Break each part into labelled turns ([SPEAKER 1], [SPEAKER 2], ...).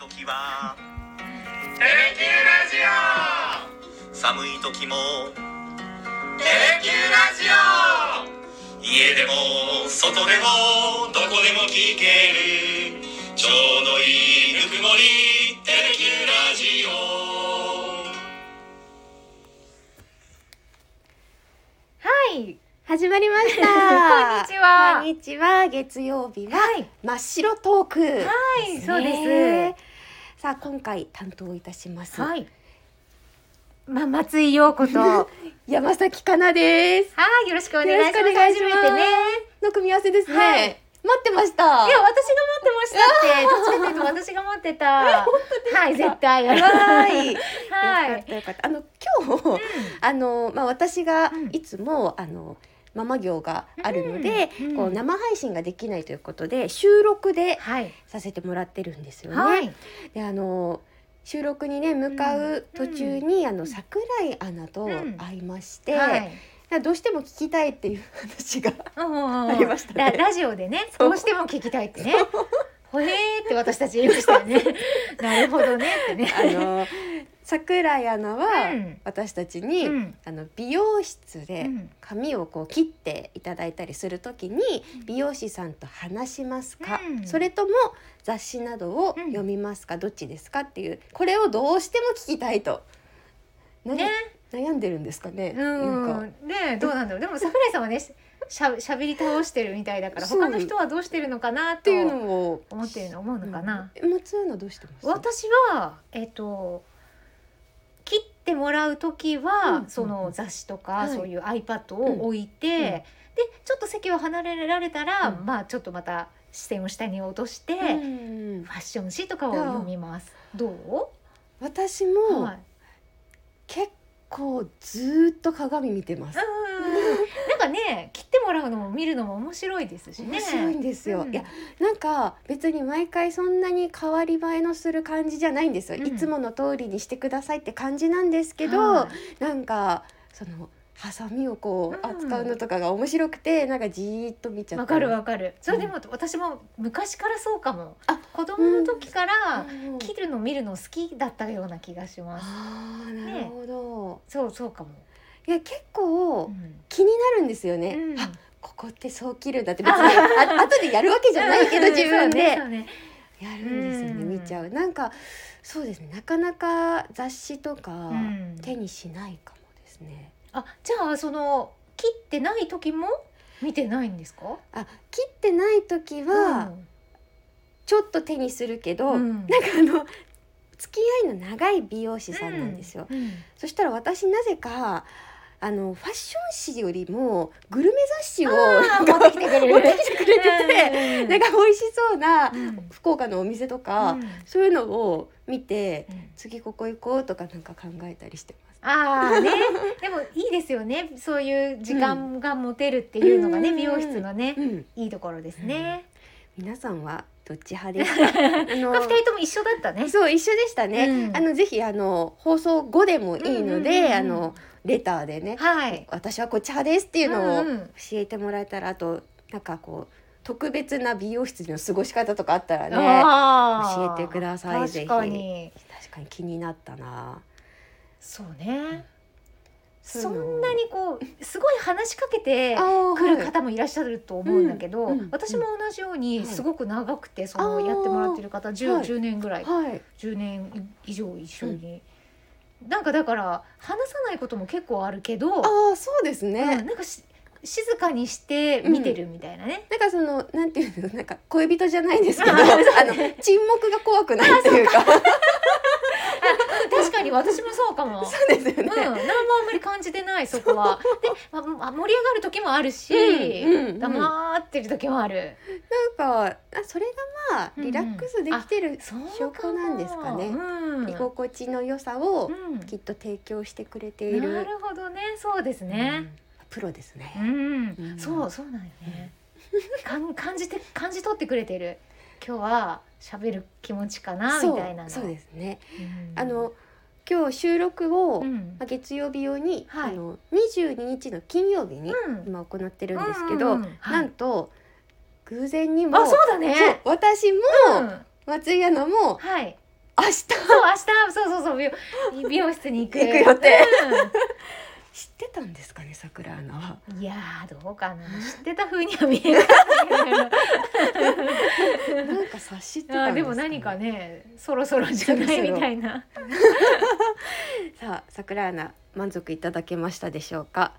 [SPEAKER 1] 時は
[SPEAKER 2] テレキューラジ
[SPEAKER 1] 寒い時も
[SPEAKER 2] オテレキューラジオ
[SPEAKER 1] 家でも外でもどこでも聞けるちょうどいいぬくもりテレキュラジオ
[SPEAKER 3] はい、
[SPEAKER 4] 始まりました
[SPEAKER 3] こんにちは
[SPEAKER 4] こんにちは月曜日は
[SPEAKER 3] はい
[SPEAKER 4] 真っ白トークはい
[SPEAKER 3] そうです
[SPEAKER 4] すさあ今回担当いたします、
[SPEAKER 3] はい。まあ、松井陽子と、 は
[SPEAKER 4] 山崎かなです
[SPEAKER 3] い、よろしくお
[SPEAKER 4] お
[SPEAKER 3] 願いします。初めてね。
[SPEAKER 4] の組み合わせですね、
[SPEAKER 3] はい
[SPEAKER 4] 待ってました
[SPEAKER 3] いや、私が持ってましたって、どっちかというと私が持ってた。 はい、絶対。
[SPEAKER 4] わーい
[SPEAKER 3] は
[SPEAKER 4] よかっ
[SPEAKER 3] い。
[SPEAKER 4] たよかったあの今日、あのまあ私が
[SPEAKER 3] うん
[SPEAKER 4] いつも、あのママ業があるので、
[SPEAKER 3] うんうん
[SPEAKER 4] こう生配信ができないということで収録で
[SPEAKER 3] はい。
[SPEAKER 4] させてもらってるんですよね、
[SPEAKER 3] はい。
[SPEAKER 4] であの収録にね向かう途中に、あの桜井アナと
[SPEAKER 3] うん
[SPEAKER 4] 会いまして、
[SPEAKER 3] はい。
[SPEAKER 4] どうしても聞きたいっていう話が
[SPEAKER 3] あ
[SPEAKER 4] ありましたね
[SPEAKER 3] ラジオでね、
[SPEAKER 4] そう
[SPEAKER 3] どうしても聞きたいってね。ほえーって私たち言いましたよ ね。なるほどねってね。
[SPEAKER 4] あの桜井アナは
[SPEAKER 3] うん
[SPEAKER 4] 私たちに、
[SPEAKER 3] うん
[SPEAKER 4] あの美容室で
[SPEAKER 3] うん
[SPEAKER 4] 髪をこう切っていただいたりするときに、美容師さんと話しますか、
[SPEAKER 3] うん
[SPEAKER 4] それとも雑誌などを読みますか、どっちですかっていうこれをどうしても聞きたいと。な
[SPEAKER 3] ね。
[SPEAKER 4] 悩んでるんですかね。
[SPEAKER 3] うん
[SPEAKER 4] なんか
[SPEAKER 3] ねどうなんだろうでも桜井さんはねししゃしゃべり倒してるみたいだから
[SPEAKER 4] そう
[SPEAKER 3] 他の人はどうしてるのかな
[SPEAKER 4] っ
[SPEAKER 3] と
[SPEAKER 4] ていうのを
[SPEAKER 3] 思ってるの思うのかな、
[SPEAKER 4] うん、松尾アナどうしてます
[SPEAKER 3] 私はえっ、と切ってもらう時
[SPEAKER 4] うん
[SPEAKER 3] は、
[SPEAKER 4] うんうん
[SPEAKER 3] その雑誌とか、
[SPEAKER 4] はい
[SPEAKER 3] そういう iPad を置いて、でちょっと席を離れられたら、
[SPEAKER 4] うん
[SPEAKER 3] まあちょっとまた視線を下に落として、
[SPEAKER 4] うん
[SPEAKER 3] フ
[SPEAKER 4] うん
[SPEAKER 3] ァッション誌とかを読みます。ど
[SPEAKER 4] 私
[SPEAKER 3] う、
[SPEAKER 4] も
[SPEAKER 3] はい
[SPEAKER 4] 結構ずーっと鏡見てます、
[SPEAKER 3] うん なんかね切ってもらうのも見るのも面白いですしね。
[SPEAKER 4] 面白いんですよ、
[SPEAKER 3] うん
[SPEAKER 4] いやなんか別に毎回そんなに変わり映えのする感じじゃないんですよ、
[SPEAKER 3] うん
[SPEAKER 4] いつもの通りにしてくださいって感じなんですけど、
[SPEAKER 3] はい
[SPEAKER 4] なんかそのハサミをこう
[SPEAKER 3] うん
[SPEAKER 4] 扱うのとかが面白くて、なんかじーっと見ちゃった
[SPEAKER 3] わかるわ
[SPEAKER 4] か
[SPEAKER 3] かる。それでも私も昔からそうかも。
[SPEAKER 4] あ
[SPEAKER 3] 子供の時から
[SPEAKER 4] る
[SPEAKER 3] 切るの見るの好きだったような気がします。
[SPEAKER 4] あーなるほど、
[SPEAKER 3] そうそうかも。
[SPEAKER 4] いや結構
[SPEAKER 3] うん
[SPEAKER 4] 気になるんですよね、
[SPEAKER 3] うん
[SPEAKER 4] あここってそう切るんだって別 にあ後でやるわけじゃないけど自分で
[SPEAKER 3] そうねそうね
[SPEAKER 4] やるんですよね
[SPEAKER 3] うん
[SPEAKER 4] 見ちゃうなんかそうですねなかなか雑誌とか
[SPEAKER 3] うん
[SPEAKER 4] 手にしないかもですね
[SPEAKER 3] あじゃあその切ってない時も見てないんですか？
[SPEAKER 4] あ切ってない時は
[SPEAKER 3] うん
[SPEAKER 4] ちょっと手にするけど、
[SPEAKER 3] うん
[SPEAKER 4] なんかあの付き合いの長い美容師さんなん ですよ、
[SPEAKER 3] ううん
[SPEAKER 4] そしたら私なぜかあのファッション誌よりもグルメ雑誌を
[SPEAKER 3] あー持ってきてくれる。
[SPEAKER 4] 持ってきてくれてて、
[SPEAKER 3] て
[SPEAKER 4] なんか美味しそうな
[SPEAKER 3] うん
[SPEAKER 4] 福岡のお店とか、
[SPEAKER 3] うん
[SPEAKER 4] そういうのを見て
[SPEAKER 3] うん
[SPEAKER 4] 次ここ行こうとかなんか考えたりしてます。
[SPEAKER 3] ああね、 でもいいですよね。そういう時間が持てるっていうのがね、
[SPEAKER 4] うん
[SPEAKER 3] 美容室のね、
[SPEAKER 4] うん、
[SPEAKER 3] いいところですね。
[SPEAKER 4] 皆さんはどっち派です か？あ
[SPEAKER 3] まあ二人とも一緒だったね。
[SPEAKER 4] そう一緒でしたね。
[SPEAKER 3] うん
[SPEAKER 4] あのぜひあの放送後でもいいので、
[SPEAKER 3] うんうんうんうん
[SPEAKER 4] あのレターでね、
[SPEAKER 3] はい。
[SPEAKER 4] 私はこっち派ですっていうのを
[SPEAKER 3] うんう
[SPEAKER 4] 教
[SPEAKER 3] ん
[SPEAKER 4] えてもらえたら、あとなんかこう特別な美容室の過ごし方とかあったらね、
[SPEAKER 3] あー
[SPEAKER 4] 教えてくださいぜひ
[SPEAKER 3] 確かに。
[SPEAKER 4] 確かに気になったな。
[SPEAKER 3] そうね。
[SPEAKER 4] そう
[SPEAKER 3] そんなにこうすごい話しかけて
[SPEAKER 4] あ
[SPEAKER 3] 来る方もいらっしゃると思うんだけど、
[SPEAKER 4] うんうんうん
[SPEAKER 3] 私も同じよう
[SPEAKER 4] は
[SPEAKER 3] に
[SPEAKER 4] い
[SPEAKER 3] すごく長くてそのやってもらってる方 10,
[SPEAKER 4] はい
[SPEAKER 3] 10年ぐらい、
[SPEAKER 4] はい、はい、
[SPEAKER 3] 10年以上一緒に。なんかだから話さないことも結構あるけど、
[SPEAKER 4] ああそうですね。
[SPEAKER 3] うんなんかし静かにして見てるみたいなね。
[SPEAKER 4] なんかそのなんていうのなんか恋人じゃな いですけど
[SPEAKER 3] あ
[SPEAKER 4] あ
[SPEAKER 3] そう
[SPEAKER 4] の沈黙が怖くないっていうか
[SPEAKER 3] 確かに私もそうかも。
[SPEAKER 4] そうですよ
[SPEAKER 3] うん、
[SPEAKER 4] ね。
[SPEAKER 3] 何もあんまり感じてないそこは。で、まあ、盛り上がる時もあるし、
[SPEAKER 4] うんうん
[SPEAKER 3] 黙ってる時もある。
[SPEAKER 4] なんかあそれがまあリラックスできてる
[SPEAKER 3] そう
[SPEAKER 4] 証拠なんですかね。
[SPEAKER 3] うん。
[SPEAKER 4] 居心地の良さを
[SPEAKER 3] うん
[SPEAKER 4] きっと提供してくれてい
[SPEAKER 3] な
[SPEAKER 4] る
[SPEAKER 3] る。ほどね、そうですね。
[SPEAKER 4] うんプロです
[SPEAKER 3] う
[SPEAKER 4] ね。
[SPEAKER 3] ん、
[SPEAKER 4] うん
[SPEAKER 3] そうそうなんよね。かん感じて感じ取ってくれてる。今日は喋る気持ちかなみ
[SPEAKER 4] そう
[SPEAKER 3] たいなの。
[SPEAKER 4] そうですね。
[SPEAKER 3] うん
[SPEAKER 4] あの今日収録を、
[SPEAKER 3] う
[SPEAKER 4] ま
[SPEAKER 3] ん
[SPEAKER 4] あ、月曜日用に、
[SPEAKER 3] はい
[SPEAKER 4] あの22日の金曜日に
[SPEAKER 3] うん
[SPEAKER 4] 今行ってるんですけど、
[SPEAKER 3] うんうんはい
[SPEAKER 4] なんと偶然にも
[SPEAKER 3] あそうだね
[SPEAKER 4] そう私も、
[SPEAKER 3] うん
[SPEAKER 4] 松井アナも
[SPEAKER 3] はい。
[SPEAKER 4] 明日
[SPEAKER 3] そう明日そうそうそう美容美容室に行く
[SPEAKER 4] 行く予定
[SPEAKER 3] う
[SPEAKER 4] 知ってたんですかね桜アナ は
[SPEAKER 3] んいやーどうかな知ってた風には見 えない
[SPEAKER 4] なんか察して
[SPEAKER 3] あ
[SPEAKER 4] た
[SPEAKER 3] ー
[SPEAKER 4] ん
[SPEAKER 3] で
[SPEAKER 4] です
[SPEAKER 3] も
[SPEAKER 4] かね、
[SPEAKER 3] 何かねそろそろじゃな
[SPEAKER 4] そろ
[SPEAKER 3] い
[SPEAKER 4] そろ
[SPEAKER 3] みたいな
[SPEAKER 4] さあ桜アナ満足いただけましたでしょう か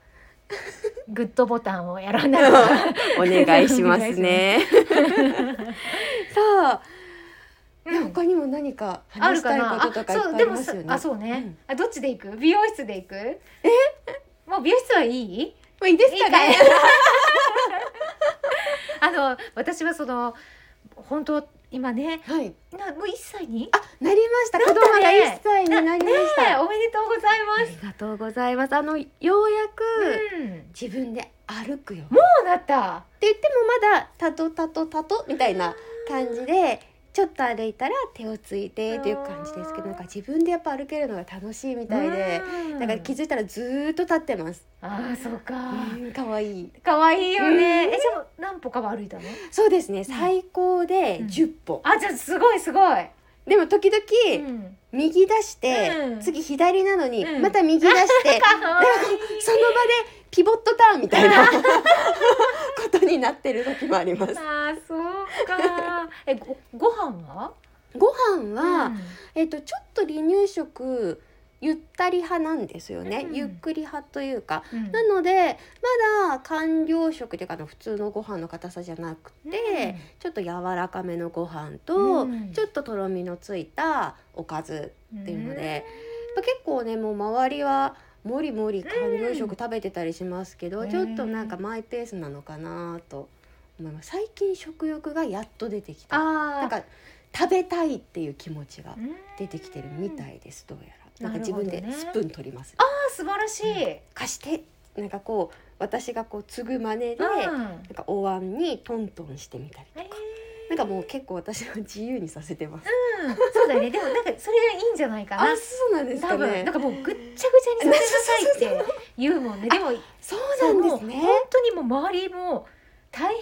[SPEAKER 3] グッドボタンをやらなきゃ
[SPEAKER 4] お願いします ねさあ、
[SPEAKER 3] うん
[SPEAKER 4] 他にも何か
[SPEAKER 3] あ
[SPEAKER 4] 話
[SPEAKER 3] る
[SPEAKER 4] した
[SPEAKER 3] か
[SPEAKER 4] い
[SPEAKER 3] な
[SPEAKER 4] こととかいっ
[SPEAKER 3] あそう
[SPEAKER 4] ぱい
[SPEAKER 3] で
[SPEAKER 4] あり
[SPEAKER 3] も
[SPEAKER 4] ます
[SPEAKER 3] さ
[SPEAKER 4] よね
[SPEAKER 3] あそうね、
[SPEAKER 4] うん
[SPEAKER 3] あどっちで行く美容室で行くえもう美容室はいい
[SPEAKER 4] もういいです
[SPEAKER 3] いい
[SPEAKER 4] か
[SPEAKER 3] かい
[SPEAKER 4] ね
[SPEAKER 3] あの私はその本当今ね
[SPEAKER 4] はい
[SPEAKER 3] なもう1歳に
[SPEAKER 4] あなりました
[SPEAKER 3] なったね
[SPEAKER 4] 子供が一歳になりました、
[SPEAKER 3] ねえおめでとうござい
[SPEAKER 4] あ
[SPEAKER 3] ます
[SPEAKER 4] りがとうございますあのようやく
[SPEAKER 3] うんも
[SPEAKER 4] 自分で歩くよ
[SPEAKER 3] うなった
[SPEAKER 4] って言ってもまだタトタトタトみたいな感じでちょっと歩いたら手をついてっていう感じですけどなんか自分でやっぱ歩けるのが楽しいみたいで
[SPEAKER 3] うん
[SPEAKER 4] だから気づいたらずーっと立ってます
[SPEAKER 3] ああそうか
[SPEAKER 4] うん可愛い
[SPEAKER 3] 可愛いよね
[SPEAKER 4] うん
[SPEAKER 3] えじゃあ何歩かは歩いたの
[SPEAKER 4] そうですね最高で
[SPEAKER 3] うん
[SPEAKER 4] 10歩
[SPEAKER 3] あじゃあすごいすごい
[SPEAKER 4] でも時々
[SPEAKER 3] うん
[SPEAKER 4] 右出して
[SPEAKER 3] うん
[SPEAKER 4] 次左なのに
[SPEAKER 3] うん
[SPEAKER 4] また右出して
[SPEAKER 3] かわいい
[SPEAKER 4] その場でピボットターンみた いなことになってる時もあります
[SPEAKER 3] あーそうかえごご飯は
[SPEAKER 4] ご飯は、
[SPEAKER 3] うん
[SPEAKER 4] えっとちょっと離乳食ゆったり派なんですよね、
[SPEAKER 3] うん
[SPEAKER 4] ゆっくり派というか
[SPEAKER 3] うん
[SPEAKER 4] なのでまだ完了食というかあの普通のご飯の硬さじゃなくて、ちょっと柔らかめのご飯と、
[SPEAKER 3] うん
[SPEAKER 4] ちょっととろみのついたおかず
[SPEAKER 3] うん
[SPEAKER 4] っていうので、やっぱ結構ねもう周りはもりもり完了食食べてたりしますけど、
[SPEAKER 3] うん
[SPEAKER 4] ちょっとなんかマイペースなのかなと思います最近食欲がやっと出てきた
[SPEAKER 3] あ
[SPEAKER 4] な
[SPEAKER 3] あ
[SPEAKER 4] んか食べたいっていう気持ちが
[SPEAKER 3] うん
[SPEAKER 4] 出てきてるみたいですどうやらなんか
[SPEAKER 3] な
[SPEAKER 4] 自
[SPEAKER 3] るほ
[SPEAKER 4] 分
[SPEAKER 3] どね
[SPEAKER 4] でスプーン取ります、
[SPEAKER 3] あ素晴らしい
[SPEAKER 4] 貸してなんかこう私がこう継ぐ真似で、
[SPEAKER 3] う
[SPEAKER 4] なん
[SPEAKER 3] ん
[SPEAKER 4] かお椀にトントンしてみたり
[SPEAKER 3] えー
[SPEAKER 4] なんかもう結構私は自由にさせてます、
[SPEAKER 3] うんそうだよねでもなんかそれがいいんじゃないかな
[SPEAKER 4] あそうなんですか
[SPEAKER 3] 多分
[SPEAKER 4] ね
[SPEAKER 3] なんかもうぐっちゃぐちゃにさせなさいって言うもんねで も
[SPEAKER 4] そうなんです
[SPEAKER 3] も
[SPEAKER 4] ね
[SPEAKER 3] う本当にもう周りも大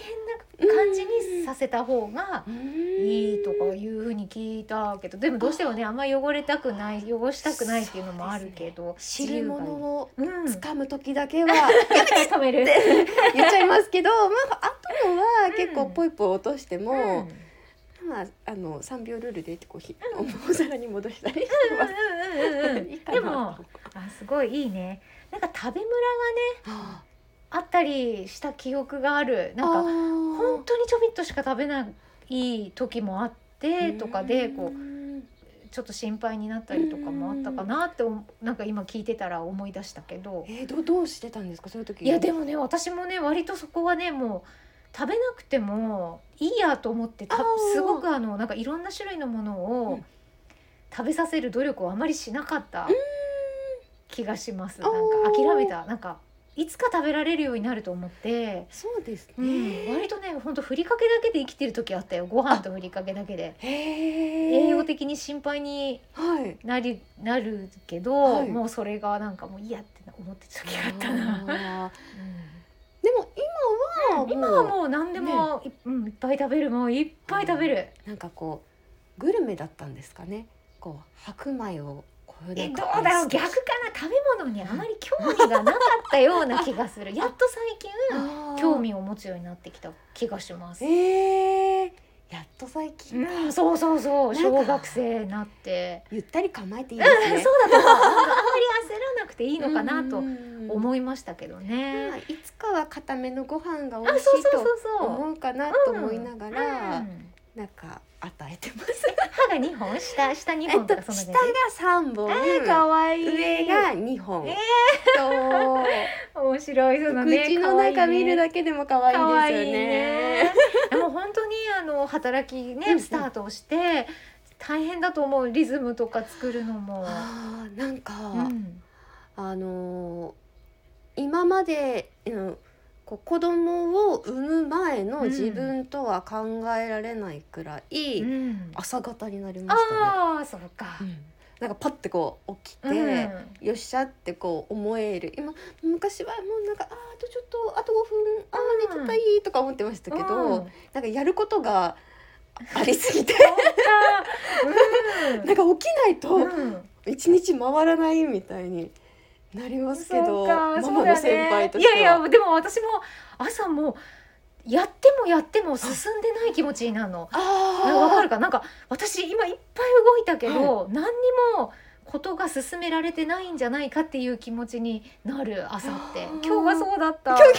[SPEAKER 3] 変な感じにさせた方がいいとかいうふうに聞いたけどでもどうしてもねあんま汚れたくない汚したくないっていうのもあるけど、
[SPEAKER 4] 汁物を
[SPEAKER 3] 自由がいい、うん、
[SPEAKER 4] 掴む時だけは
[SPEAKER 3] 止める
[SPEAKER 4] 言っちゃいま すけど、まあ、あとのは結構ポイポイ落としても、
[SPEAKER 3] うんうんうん
[SPEAKER 4] まあ、あの3秒ルールでこうひ、お皿に戻したりしてます。
[SPEAKER 3] うんうん
[SPEAKER 4] いいか
[SPEAKER 3] で
[SPEAKER 4] な
[SPEAKER 3] もあすごいいいねなんか食べムラがね
[SPEAKER 4] は
[SPEAKER 3] あったりした記憶がある
[SPEAKER 4] あ
[SPEAKER 3] なんか
[SPEAKER 4] あー
[SPEAKER 3] 本当にちょびっとしか食べない時もあってとかでこ
[SPEAKER 4] うん
[SPEAKER 3] うちょっと心配になったりとかもあったかなっておなんか今聞いてたら思い出したけど
[SPEAKER 4] えー、どどうしてたんですかそういう時
[SPEAKER 3] いやで
[SPEAKER 4] も
[SPEAKER 3] もね私もね割とそこはねもう食べなくてもいいやと思ってた
[SPEAKER 4] あー
[SPEAKER 3] すごくあのなんかいろんな種類のもの
[SPEAKER 4] う
[SPEAKER 3] を
[SPEAKER 4] ん
[SPEAKER 3] 食べさせる努力をあまりしなかった気がします
[SPEAKER 4] あ
[SPEAKER 3] なん
[SPEAKER 4] ー
[SPEAKER 3] か諦めたなんかいつか食べられるようになると思って。
[SPEAKER 4] そうですね、
[SPEAKER 3] うん、割とね本当ふりかけだけで生きてる時あったよご飯とふりかけだけで
[SPEAKER 4] へー
[SPEAKER 3] 栄養的に心配に
[SPEAKER 4] はい
[SPEAKER 3] なりなるけど、
[SPEAKER 4] はい
[SPEAKER 3] もうそれがなんかもういいやって思ってた時があったな、
[SPEAKER 4] あー
[SPEAKER 3] う
[SPEAKER 4] でも今は、
[SPEAKER 3] ん今はもう何でもい,、うん、いっぱい食べるもういっぱい食べる、
[SPEAKER 4] なんかこうグルメだったんですかねこう白米をこうな
[SPEAKER 3] え
[SPEAKER 4] ん
[SPEAKER 3] ど
[SPEAKER 4] か
[SPEAKER 3] うだろ
[SPEAKER 4] こ
[SPEAKER 3] う逆かな食べ物にあまり興味がなかったような気がするやっと最近
[SPEAKER 4] あー
[SPEAKER 3] 興味を持つようになってきた気がします、
[SPEAKER 4] えー、やっと最近、
[SPEAKER 3] うん、そうそうそう
[SPEAKER 4] なんか
[SPEAKER 3] 小学生になって。
[SPEAKER 4] ゆったり構えていい
[SPEAKER 3] うん、
[SPEAKER 4] で
[SPEAKER 3] そう
[SPEAKER 4] すね、
[SPEAKER 3] だと思う。なんかあんまり焦らなくていいのかなと
[SPEAKER 4] 思
[SPEAKER 3] 思いましたけどね。
[SPEAKER 4] まあ、いつかは固めのご飯が美
[SPEAKER 3] あ、
[SPEAKER 4] 味し
[SPEAKER 3] そう
[SPEAKER 4] い
[SPEAKER 3] そう
[SPEAKER 4] と
[SPEAKER 3] そうそう。
[SPEAKER 4] 思うかなと思いながら、
[SPEAKER 3] うん
[SPEAKER 4] なんか与えてます。
[SPEAKER 3] 歯が二本、下下二
[SPEAKER 4] えっ
[SPEAKER 3] 本
[SPEAKER 4] と
[SPEAKER 3] とかそんな
[SPEAKER 4] 下
[SPEAKER 3] 感
[SPEAKER 4] が三本、
[SPEAKER 3] じ。えー、可愛い
[SPEAKER 4] 上が二本。
[SPEAKER 3] え
[SPEAKER 4] そう
[SPEAKER 3] 面白 いそのね。
[SPEAKER 4] 口の中見る
[SPEAKER 3] だ
[SPEAKER 4] だけでも可愛
[SPEAKER 3] 可
[SPEAKER 4] いです
[SPEAKER 3] 愛い
[SPEAKER 4] よね。
[SPEAKER 3] ね。でも本当にあの働き
[SPEAKER 4] うんう
[SPEAKER 3] ね
[SPEAKER 4] ん
[SPEAKER 3] スタートをして大変だと思うリズムとか作るのも。
[SPEAKER 4] あーなんか、
[SPEAKER 3] うん
[SPEAKER 4] あのー今まで、うん、こう子供を産む前の自分とは考えられないくらい、
[SPEAKER 3] うん
[SPEAKER 4] 朝方になりましたね。
[SPEAKER 3] ああ、そうか
[SPEAKER 4] う。んなんかパッてこう起きて。
[SPEAKER 3] うん
[SPEAKER 4] よっしゃってこう思える今昔はもうなんかあーあとちょっとあと5分あ
[SPEAKER 3] うん
[SPEAKER 4] ー寝てたいとか思ってま したけど、
[SPEAKER 3] うん
[SPEAKER 4] なんかやることがありすぎて
[SPEAKER 3] そっか
[SPEAKER 4] なんか起きないと
[SPEAKER 3] うん
[SPEAKER 4] 一日回らないみたいになりますけど、
[SPEAKER 3] そう
[SPEAKER 4] マ
[SPEAKER 3] か
[SPEAKER 4] マの先輩として
[SPEAKER 3] そうだねいや
[SPEAKER 4] は
[SPEAKER 3] いやでも私も朝もやってもやっても進んでない気持ちになるの
[SPEAKER 4] あ
[SPEAKER 3] な
[SPEAKER 4] あ
[SPEAKER 3] わかるかなんか私今いっぱい動いたけど、何にもことが進められてないんじゃないかっていう気持ちになる朝って
[SPEAKER 4] あー
[SPEAKER 3] 今日がそうだった
[SPEAKER 4] 今日今日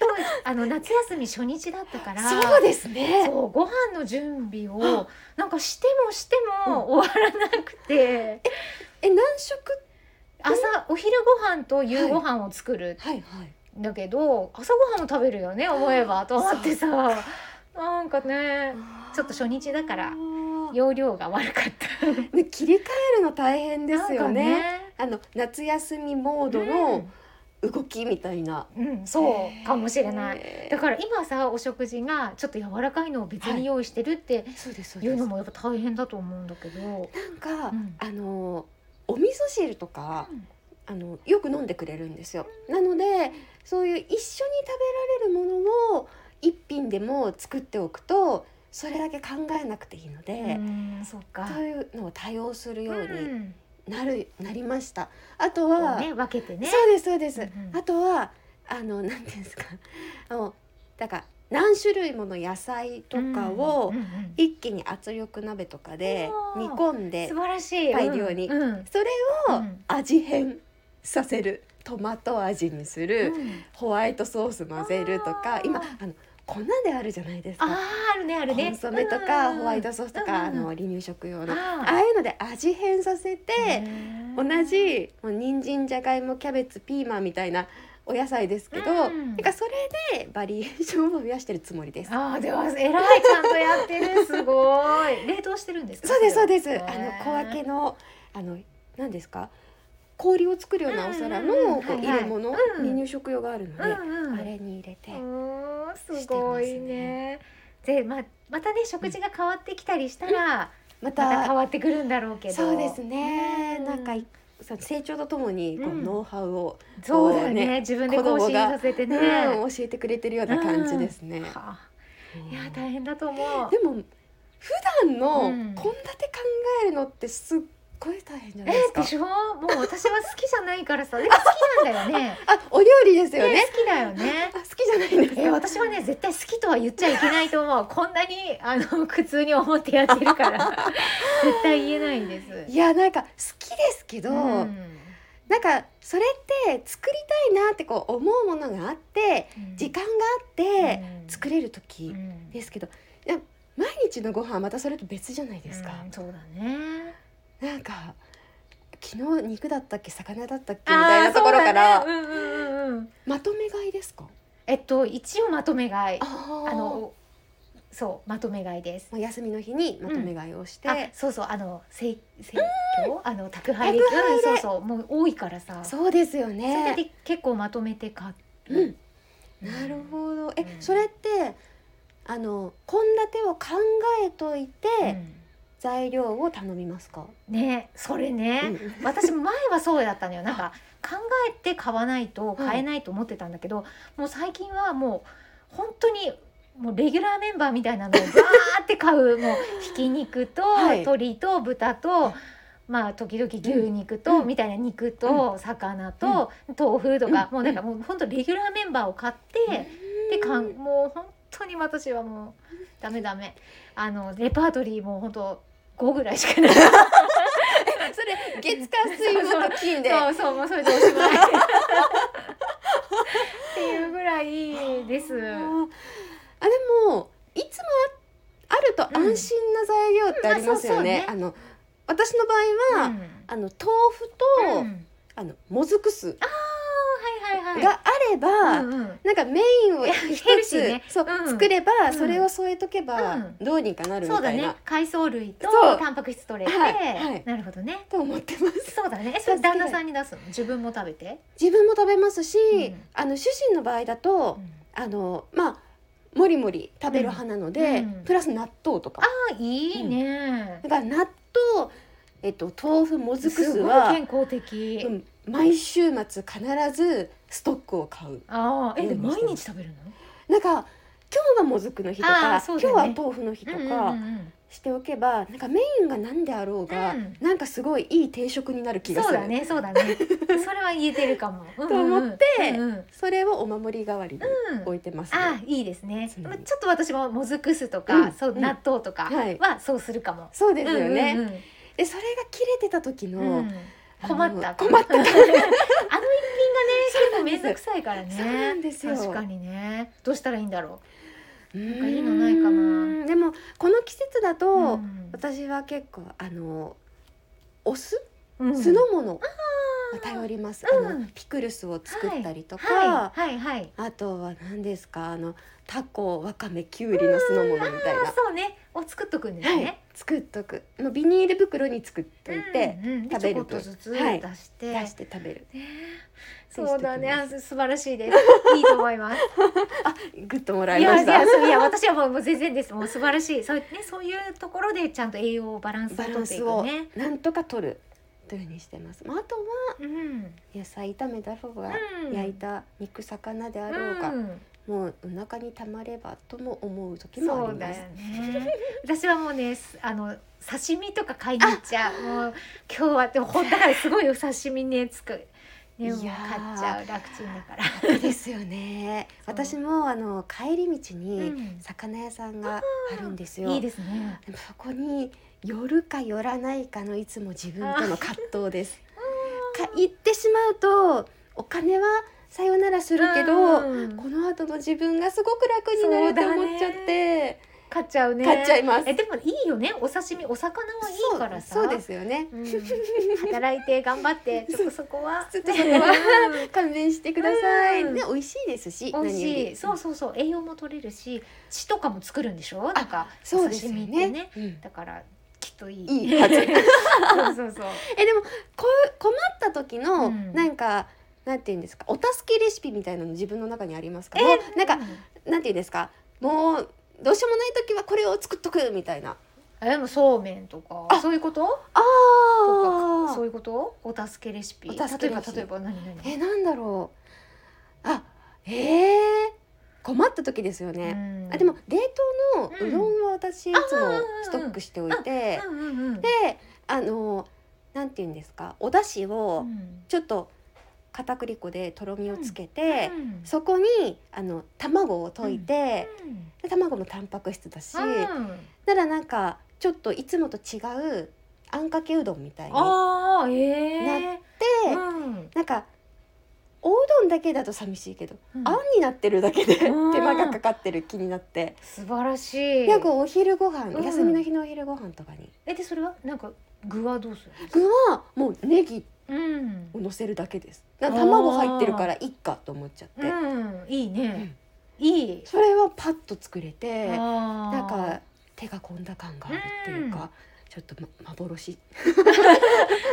[SPEAKER 3] 今日あの夏休み初日だったから
[SPEAKER 4] そうですね。
[SPEAKER 3] そうご飯の準備をなんかしてもしても終わらなくて、
[SPEAKER 4] え何食
[SPEAKER 3] 朝お昼ご飯と夕ご飯を作る
[SPEAKER 4] はいはい。
[SPEAKER 3] んだけど、朝ご飯も食べるよね思えばと思ってさなんかねちょっと初日だから
[SPEAKER 4] あー
[SPEAKER 3] 容量が悪かった
[SPEAKER 4] ね切り替えるの大変ですよね。
[SPEAKER 3] なんか
[SPEAKER 4] あの夏休みモードの動きみたいな。
[SPEAKER 3] うん、そうかもしれない。
[SPEAKER 4] い
[SPEAKER 3] だから今さお食事がちょっと柔らかいのを別に用意してるって
[SPEAKER 4] そうですそう
[SPEAKER 3] い
[SPEAKER 4] で
[SPEAKER 3] う
[SPEAKER 4] す。
[SPEAKER 3] の
[SPEAKER 4] なん
[SPEAKER 3] もやっぱ大変だと思うんだけど、
[SPEAKER 4] か、
[SPEAKER 3] うん
[SPEAKER 4] あのお味噌汁とか。あのよく飲んでくれるんですよなのでそういう一緒に食べられるものを一品でも作っておくとそれだけ考えなくていいの
[SPEAKER 3] う
[SPEAKER 4] で、
[SPEAKER 3] ん、そうか。
[SPEAKER 4] というのを多用する
[SPEAKER 3] う
[SPEAKER 4] ようんになる、なりましたあと
[SPEAKER 3] こ
[SPEAKER 4] は、
[SPEAKER 3] うね分けてね。
[SPEAKER 4] そうですそうです、
[SPEAKER 3] うんうん
[SPEAKER 4] あとはあのなんていうんですかあのだから何種類もの野菜とかを
[SPEAKER 3] うんうんうん
[SPEAKER 4] 一気に圧力鍋とかで
[SPEAKER 3] おー
[SPEAKER 4] 煮込んで
[SPEAKER 3] 素晴らしい
[SPEAKER 4] 配慮に
[SPEAKER 3] うんうん
[SPEAKER 4] それ
[SPEAKER 3] う
[SPEAKER 4] を
[SPEAKER 3] ん
[SPEAKER 4] 味変させるトマト味にする、
[SPEAKER 3] うん
[SPEAKER 4] ホワイトソース混ぜると
[SPEAKER 3] あ
[SPEAKER 4] か
[SPEAKER 3] ー
[SPEAKER 4] 今あの粉であるじゃないです
[SPEAKER 3] あ
[SPEAKER 4] か
[SPEAKER 3] ーあるねあるね
[SPEAKER 4] コンソメとか、
[SPEAKER 3] うん
[SPEAKER 4] ホワイトソースと
[SPEAKER 3] うんうん
[SPEAKER 4] か、あの離乳食用のあ
[SPEAKER 3] あ
[SPEAKER 4] あいうので味変させて、
[SPEAKER 3] ー
[SPEAKER 4] 同じもう人参じゃがいもキャベツピーマンみたいなお野菜ですけど、
[SPEAKER 3] うん
[SPEAKER 4] なんかそれでバリエーションを増やしてるつもりです。
[SPEAKER 3] あーでも偉いちゃんとやってるすごい冷凍してるんですか
[SPEAKER 4] そうですそうです。あ
[SPEAKER 3] れ
[SPEAKER 4] の
[SPEAKER 3] は
[SPEAKER 4] 小分けのあの何ですか氷を作るようなお皿の、
[SPEAKER 3] うんうんうん
[SPEAKER 4] こう
[SPEAKER 3] はいは
[SPEAKER 4] 入
[SPEAKER 3] い
[SPEAKER 4] れ物、
[SPEAKER 3] うん
[SPEAKER 4] 離乳食用があるので、
[SPEAKER 3] うんうん
[SPEAKER 4] あれに入れて、
[SPEAKER 3] おーすごいね。でままたね食事が変わってきたりしたら、
[SPEAKER 4] また
[SPEAKER 3] また変わってくるんだろうけど。
[SPEAKER 4] そうですね、
[SPEAKER 3] うん
[SPEAKER 4] なんかいその成長とともにこう、
[SPEAKER 3] うん
[SPEAKER 4] ノウハウを、
[SPEAKER 3] そうだよ
[SPEAKER 4] こう
[SPEAKER 3] ね
[SPEAKER 4] ね
[SPEAKER 3] 自分で更新させてね。
[SPEAKER 4] うん教えてくれてるような感じですね。
[SPEAKER 3] はあ
[SPEAKER 4] うん
[SPEAKER 3] いや大変だと思う。
[SPEAKER 4] でも普段
[SPEAKER 3] う
[SPEAKER 4] の
[SPEAKER 3] ん
[SPEAKER 4] 献立考えるのってすっごい大変じゃないです
[SPEAKER 3] え
[SPEAKER 4] か。
[SPEAKER 3] でしょもう私は好きじゃないからさでも好きなんだよ ね。
[SPEAKER 4] あお料理ですよね。
[SPEAKER 3] ね好きだよね
[SPEAKER 4] あ。好きじゃないんですか。
[SPEAKER 3] え私はね絶対好きとは言っちゃいけないと思うこんなにあの苦痛に思ってやってるから 絶対言えないんです。
[SPEAKER 4] いやなんか好きですけど、
[SPEAKER 3] うん
[SPEAKER 4] なんかそれって作りたいなってこう思うものがあって時間があって
[SPEAKER 3] うん
[SPEAKER 4] 作れる時
[SPEAKER 3] うん
[SPEAKER 4] ですけど、いや毎日のご飯はまたそれと別じゃないですか。
[SPEAKER 3] うんそうだね。
[SPEAKER 4] なんか昨日肉だったっけ魚だったっけみたいなところから、
[SPEAKER 3] あーそうだねうんうんうんうん
[SPEAKER 4] まとめ買いですか。
[SPEAKER 3] えっと一応まとめ買い。
[SPEAKER 4] あ
[SPEAKER 3] あ
[SPEAKER 4] ーも
[SPEAKER 3] のそうまとめ買いです。
[SPEAKER 4] う休みの日にまとめ買いをして、
[SPEAKER 3] あそうそうあのせせ教あの宅配で
[SPEAKER 4] 宅配で
[SPEAKER 3] うんそうそうもう多いからさ。
[SPEAKER 4] そうですよ
[SPEAKER 3] それ
[SPEAKER 4] ね。
[SPEAKER 3] で結構まとめて買う。
[SPEAKER 4] うんなるほど。え、
[SPEAKER 3] うん
[SPEAKER 4] それってあの献立を考えといて、
[SPEAKER 3] うん
[SPEAKER 4] 材料を頼みますか。
[SPEAKER 3] ねそれ
[SPEAKER 4] う
[SPEAKER 3] ね。
[SPEAKER 4] ん
[SPEAKER 3] 私も前はそうだったのよなんか考えて買わないと買えないと思ってたんだけど、もう最近はもう本当にもうレギュラーメンバーみたいなのをバーって買うもうひき肉と
[SPEAKER 4] はい
[SPEAKER 3] 鶏と豚と。まあ時々牛肉と、
[SPEAKER 4] うん
[SPEAKER 3] みたいな肉と魚と、豆腐とか、もうなんかもう本当レギュラーメンバーを買って、でかんもう本当に私はもうダメダメあのレパートリーも本当5ぐらいしか ない
[SPEAKER 4] それ月火水木と金で。
[SPEAKER 3] そうそうもうそれでおし まいっていうぐらいです。
[SPEAKER 4] あーあでもいつもああると安心な材料ってありますよね。
[SPEAKER 3] う
[SPEAKER 4] あの私の場合は、
[SPEAKER 3] うん
[SPEAKER 4] あの豆腐
[SPEAKER 3] うん
[SPEAKER 4] と、
[SPEAKER 3] はい
[SPEAKER 4] あのもずく酢
[SPEAKER 3] はいはい。
[SPEAKER 4] があれば、
[SPEAKER 3] うんうん
[SPEAKER 4] なんかメインを一
[SPEAKER 3] ヘルシ
[SPEAKER 4] つ、
[SPEAKER 3] ーね
[SPEAKER 4] そう、
[SPEAKER 3] うん
[SPEAKER 4] 作れば、
[SPEAKER 3] ん
[SPEAKER 4] それを添えとけば、
[SPEAKER 3] うん
[SPEAKER 4] どうにかなるみ
[SPEAKER 3] そうだ
[SPEAKER 4] たいな、
[SPEAKER 3] ね。海藻類と
[SPEAKER 4] そう
[SPEAKER 3] タンパク質取れて、
[SPEAKER 4] はいはい
[SPEAKER 3] なるほどね。
[SPEAKER 4] と思ってます。
[SPEAKER 3] そうだね。えそれ旦那さんに出すの。自分も食べて。
[SPEAKER 4] 自分も食べますし、
[SPEAKER 3] うん
[SPEAKER 4] あの主人の場合だと、あのまあもりもり食べる派なので、
[SPEAKER 3] うんうん
[SPEAKER 4] プラス納豆とか。
[SPEAKER 3] あいいね。
[SPEAKER 4] だから納豆、えっと豆腐もずく酢
[SPEAKER 3] すごい
[SPEAKER 4] は、
[SPEAKER 3] 健康的。
[SPEAKER 4] うん毎週末必ずストックを買う。
[SPEAKER 3] ああえで
[SPEAKER 4] うん
[SPEAKER 3] 毎日食べるの？
[SPEAKER 4] なんか今日はもずくの日と
[SPEAKER 3] あー
[SPEAKER 4] か、
[SPEAKER 3] そ
[SPEAKER 4] 今
[SPEAKER 3] う
[SPEAKER 4] 日
[SPEAKER 3] だね
[SPEAKER 4] は豆腐の日とか、
[SPEAKER 3] うんうんうん
[SPEAKER 4] しておけばなんかメインが何であろうが、
[SPEAKER 3] うん
[SPEAKER 4] なんかすごいいい定食になる気が
[SPEAKER 3] そ
[SPEAKER 4] す
[SPEAKER 3] う
[SPEAKER 4] る
[SPEAKER 3] だねそうだねそれは言えてるかもと
[SPEAKER 4] 思って
[SPEAKER 3] うんうん
[SPEAKER 4] それをお守り代わりに
[SPEAKER 3] うん
[SPEAKER 4] 置いてます、
[SPEAKER 3] あいいですね、
[SPEAKER 4] うん
[SPEAKER 3] まあちょっと私ももずく酢とか、
[SPEAKER 4] うん
[SPEAKER 3] そう
[SPEAKER 4] うん
[SPEAKER 3] 納豆とか
[SPEAKER 4] はい
[SPEAKER 3] はそうするかも、
[SPEAKER 4] そうですよね、
[SPEAKER 3] うんうんうん
[SPEAKER 4] でそれが切れてた時の、
[SPEAKER 3] うん困った
[SPEAKER 4] あの困った
[SPEAKER 3] あ の一品がね
[SPEAKER 4] そ
[SPEAKER 3] 結構
[SPEAKER 4] うなんで
[SPEAKER 3] め
[SPEAKER 4] す
[SPEAKER 3] んどくさいからね
[SPEAKER 4] そうなんですよ
[SPEAKER 3] 確かにねどうしたらいいんだろ
[SPEAKER 4] なん
[SPEAKER 3] かいいのないかな
[SPEAKER 4] でもこの季節だ
[SPEAKER 3] う、
[SPEAKER 4] と、
[SPEAKER 3] ん
[SPEAKER 4] 私は結構あのお酢
[SPEAKER 3] うん
[SPEAKER 4] 酢の物を頼ります、
[SPEAKER 3] うん
[SPEAKER 4] あのピクルスを作ったりとか、
[SPEAKER 3] はいはいはい
[SPEAKER 4] あとは何ですかあのタコわかめきゅうりの酢の物みたい
[SPEAKER 3] あ
[SPEAKER 4] な、
[SPEAKER 3] そうねを作っとくんです
[SPEAKER 4] は
[SPEAKER 3] ね、
[SPEAKER 4] い、作っとくもうビニール袋に作っといて、
[SPEAKER 3] うんうんで
[SPEAKER 4] 食べる
[SPEAKER 3] ちょこ
[SPEAKER 4] と
[SPEAKER 3] っとずつ出
[SPEAKER 4] はい
[SPEAKER 3] して、
[SPEAKER 4] 出して食べる
[SPEAKER 3] ね
[SPEAKER 4] そう
[SPEAKER 3] そうだね
[SPEAKER 4] してき
[SPEAKER 3] あす 素晴らしいですいいと思います
[SPEAKER 4] グッともら
[SPEAKER 3] い
[SPEAKER 4] いま
[SPEAKER 3] や
[SPEAKER 4] し
[SPEAKER 3] い
[SPEAKER 4] た
[SPEAKER 3] やそういや私はもうもう全然ですもう素晴らしいそう,、ね、そういうところでちゃんと栄養バランスを
[SPEAKER 4] バ
[SPEAKER 3] と
[SPEAKER 4] ラ
[SPEAKER 3] っ
[SPEAKER 4] ン
[SPEAKER 3] てい
[SPEAKER 4] ス
[SPEAKER 3] く
[SPEAKER 4] を
[SPEAKER 3] ね
[SPEAKER 4] なんとか取るというふうにしてます、まあ、あとは
[SPEAKER 3] うん
[SPEAKER 4] 野菜炒めだろうが、
[SPEAKER 3] うん
[SPEAKER 4] 焼いた肉魚であろうが、
[SPEAKER 3] うん
[SPEAKER 4] もうお腹にたまればとも思う時もあ
[SPEAKER 3] そ
[SPEAKER 4] り
[SPEAKER 3] うだ
[SPEAKER 4] ま
[SPEAKER 3] よ
[SPEAKER 4] す。
[SPEAKER 3] ね私はもうねすあの刺身とか買いに行っちゃうもう今日はでもほんだからすごいお刺身ねつくねもう
[SPEAKER 4] い
[SPEAKER 3] 買
[SPEAKER 4] や
[SPEAKER 3] っ
[SPEAKER 4] ー
[SPEAKER 3] ちゃう楽ちんだから
[SPEAKER 4] そうですよね。
[SPEAKER 3] そう
[SPEAKER 4] 私もあの帰り道
[SPEAKER 3] う
[SPEAKER 4] に
[SPEAKER 3] ん
[SPEAKER 4] 魚屋さんがあるんですよ。
[SPEAKER 3] いいですね
[SPEAKER 4] でもそこに寄るか寄らないかのいつも自分との葛藤です。か行ってしまうとお金はさよならするけど、
[SPEAKER 3] うん
[SPEAKER 4] この後の自分がすごく楽になると思っちゃって、
[SPEAKER 3] 買っちゃうね
[SPEAKER 4] 買っちゃいます。
[SPEAKER 3] えでもいいよねお刺身お魚はいいからさ
[SPEAKER 4] そうそうですよね。
[SPEAKER 3] うん働いて頑張って ちょっとそこは
[SPEAKER 4] ちょっとそこは
[SPEAKER 3] うん
[SPEAKER 4] 勘弁してください。
[SPEAKER 3] うん
[SPEAKER 4] ね美味しいですし、
[SPEAKER 3] 美味しいそううそうそう栄養も取れるし血とかも作るんでしょなんか
[SPEAKER 4] そうですよ
[SPEAKER 3] お刺身って
[SPEAKER 4] ね
[SPEAKER 3] ね。
[SPEAKER 4] うん
[SPEAKER 3] だからきっといい
[SPEAKER 4] いいはず
[SPEAKER 3] そうそうそう
[SPEAKER 4] え でもこう困った時の、
[SPEAKER 3] うん
[SPEAKER 4] なんかなんていうんですかお助けレシピみたいなの自分の中にありますか、
[SPEAKER 3] え
[SPEAKER 4] もうなんかなんていうんですかもうどうしようもない時はこれを作っとくみたいな
[SPEAKER 3] えでもそうめんとか
[SPEAKER 4] あ
[SPEAKER 3] そういうこと
[SPEAKER 4] あ
[SPEAKER 3] とかそう
[SPEAKER 4] う
[SPEAKER 3] いうことお助けレシピ
[SPEAKER 4] お助
[SPEAKER 3] 例え
[SPEAKER 4] けレ
[SPEAKER 3] ば
[SPEAKER 4] シピ
[SPEAKER 3] 例えば何何
[SPEAKER 4] えなんだろうあえー、困った時ですよね、
[SPEAKER 3] うん
[SPEAKER 4] あでも冷凍の
[SPEAKER 3] うん
[SPEAKER 4] うどんは私いつも
[SPEAKER 3] あー
[SPEAKER 4] ストックしておいて、
[SPEAKER 3] うんうんうん
[SPEAKER 4] であのなんていうんですかお出汁
[SPEAKER 3] う
[SPEAKER 4] を
[SPEAKER 3] ん
[SPEAKER 4] ちょっと片栗粉でとろみをつけて、
[SPEAKER 3] うん
[SPEAKER 4] そこにあの卵を溶いて、
[SPEAKER 3] うん
[SPEAKER 4] で卵もタンパク質だし、
[SPEAKER 3] うん
[SPEAKER 4] ならなんかちょっといつもと違うあんかけうどんみたいになっ
[SPEAKER 3] ああええ
[SPEAKER 4] て、
[SPEAKER 3] うん
[SPEAKER 4] なんかおうどんだけだと寂しいけど、
[SPEAKER 3] うん
[SPEAKER 4] あんになってるだけで手
[SPEAKER 3] うん
[SPEAKER 4] 間がかかってる気になって、
[SPEAKER 3] 素晴らしい
[SPEAKER 4] なんかお昼ご飯、
[SPEAKER 3] うん
[SPEAKER 4] 休みの日のお昼ご飯とかに
[SPEAKER 3] えでそれはなんか具はどうする
[SPEAKER 4] 具はもうネギ
[SPEAKER 3] うん
[SPEAKER 4] を乗せるだけですなんか卵入ってるからいっかと思っちゃって、
[SPEAKER 3] うんいいねいい
[SPEAKER 4] それはパッと作れて
[SPEAKER 3] な
[SPEAKER 4] なんか手が込んだ感があるっていうか、ちょっと、ま、幻